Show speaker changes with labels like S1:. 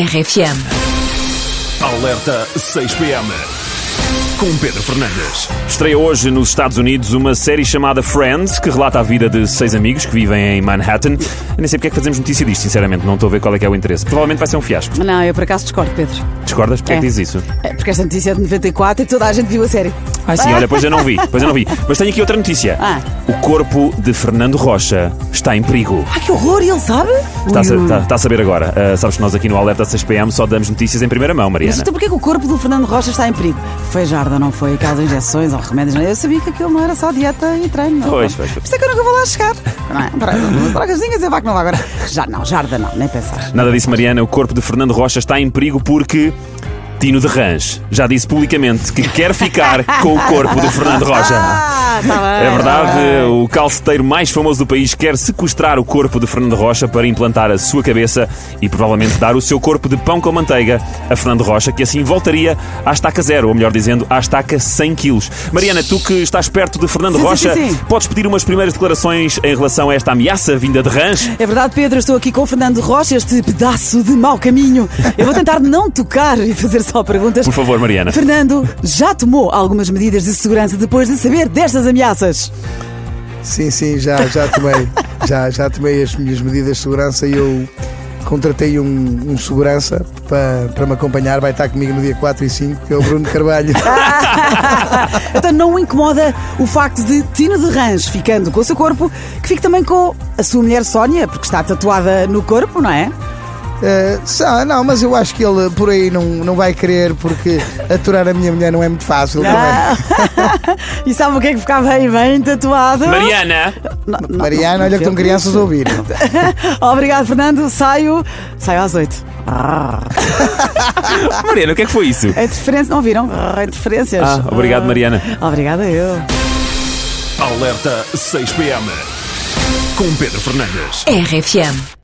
S1: RFM.
S2: Alerta 6PM com Pedro Fernandes.
S3: Estreia hoje nos Estados Unidos uma série chamada Friends, que relata a vida de seis amigos que vivem em Manhattan. Eu nem sei porque é que fazemos notícia disto, sinceramente, não estou a ver qual é que é o interesse. Provavelmente vai ser um fiasco.
S4: Não, eu por acaso discordo, Pedro.
S3: Discordas? Porquê é.
S4: É.
S3: que diz isso?
S4: É, porque esta notícia é de 94 e toda a gente viu a série.
S3: Ai sim, olha, pois eu não vi, pois eu não vi. Mas tenho aqui outra notícia.
S4: é? Ah.
S3: O corpo de Fernando Rocha está em perigo.
S4: Ah, que horror, ele sabe?
S3: Está a, sa- está- está a saber agora. Ah, sabes que nós aqui no Alerta 6PM só damos notícias em primeira mão,
S4: Mas
S3: Mariana.
S4: então porquê que o corpo do Fernando Rocha está em perigo? Foi jarda, não foi? Aquelas injeções ou remédios? não é? Eu sabia que aquilo não era só dieta e treino. não.
S3: Pois, pois,
S4: Por
S3: pois.
S4: isso é que eu nunca vou lá chegar. Não é? Drogas- Drogazinhas e vá que não vá agora. Já não, jarda não, nem pensar.
S3: Nada disso, Mariana. O corpo de Fernando Rocha está em perigo porque Tino de Rãs já disse publicamente que quer ficar com o corpo do Fernando Rocha.
S4: Ah, está bem.
S3: É verdade, o calceteiro mais famoso do país quer sequestrar o corpo de Fernando Rocha para implantar a sua cabeça e provavelmente dar o seu corpo de pão com manteiga a Fernando Rocha, que assim voltaria à estaca zero, ou melhor dizendo, à estaca 100 quilos. Mariana, tu que estás perto de Fernando
S4: Sim, sim,
S3: Rocha,
S4: sim, sim.
S3: podes pedir umas primeiras declarações em relação a esta ameaça vinda de Rãs?
S4: É verdade, Pedro, eu estou aqui com o Fernando Rocha, este pedaço de mau caminho. Eu vou tentar não tocar e fazer só perguntas.
S3: Por favor, Mariana.
S4: Fernando, já tomou algumas medidas de segurança depois de saber destas ameaças?
S5: Sim, sim, já, já tomei. já, já tomei as minhas medidas de segurança e eu contratei um, um segurança para, para me acompanhar. Vai estar comigo no dia 4 e 5, que é o Bruno Carvalho.
S4: então não o incomoda o facto de Tino de Rãs ficando com o seu corpo, que fique também com a sua mulher Sónia, porque está tatuada no corpo, não é?
S5: Eh, sa- não, mas eu acho que ele por aí não, não vai querer, porque aturar a minha mulher não é muito fácil.
S4: Ah,
S5: também.
S4: e sabe o que é que ficava aí bem tatuado?
S3: Mariana!
S4: Não, não,
S5: Mariana,
S4: não,
S5: olha que estão
S4: Pedro.
S5: crianças a ouvir.
S4: Obrigado, Fernando. Saio, saio às oito.
S3: Mariana, o que é que foi isso?
S4: Interferências, não viram? Ah, Interferências.
S3: Ah, obrigado, Mariana.
S4: Obrigada eu.
S2: Alerta 6PM com Pedro Fernandes.
S1: RFM.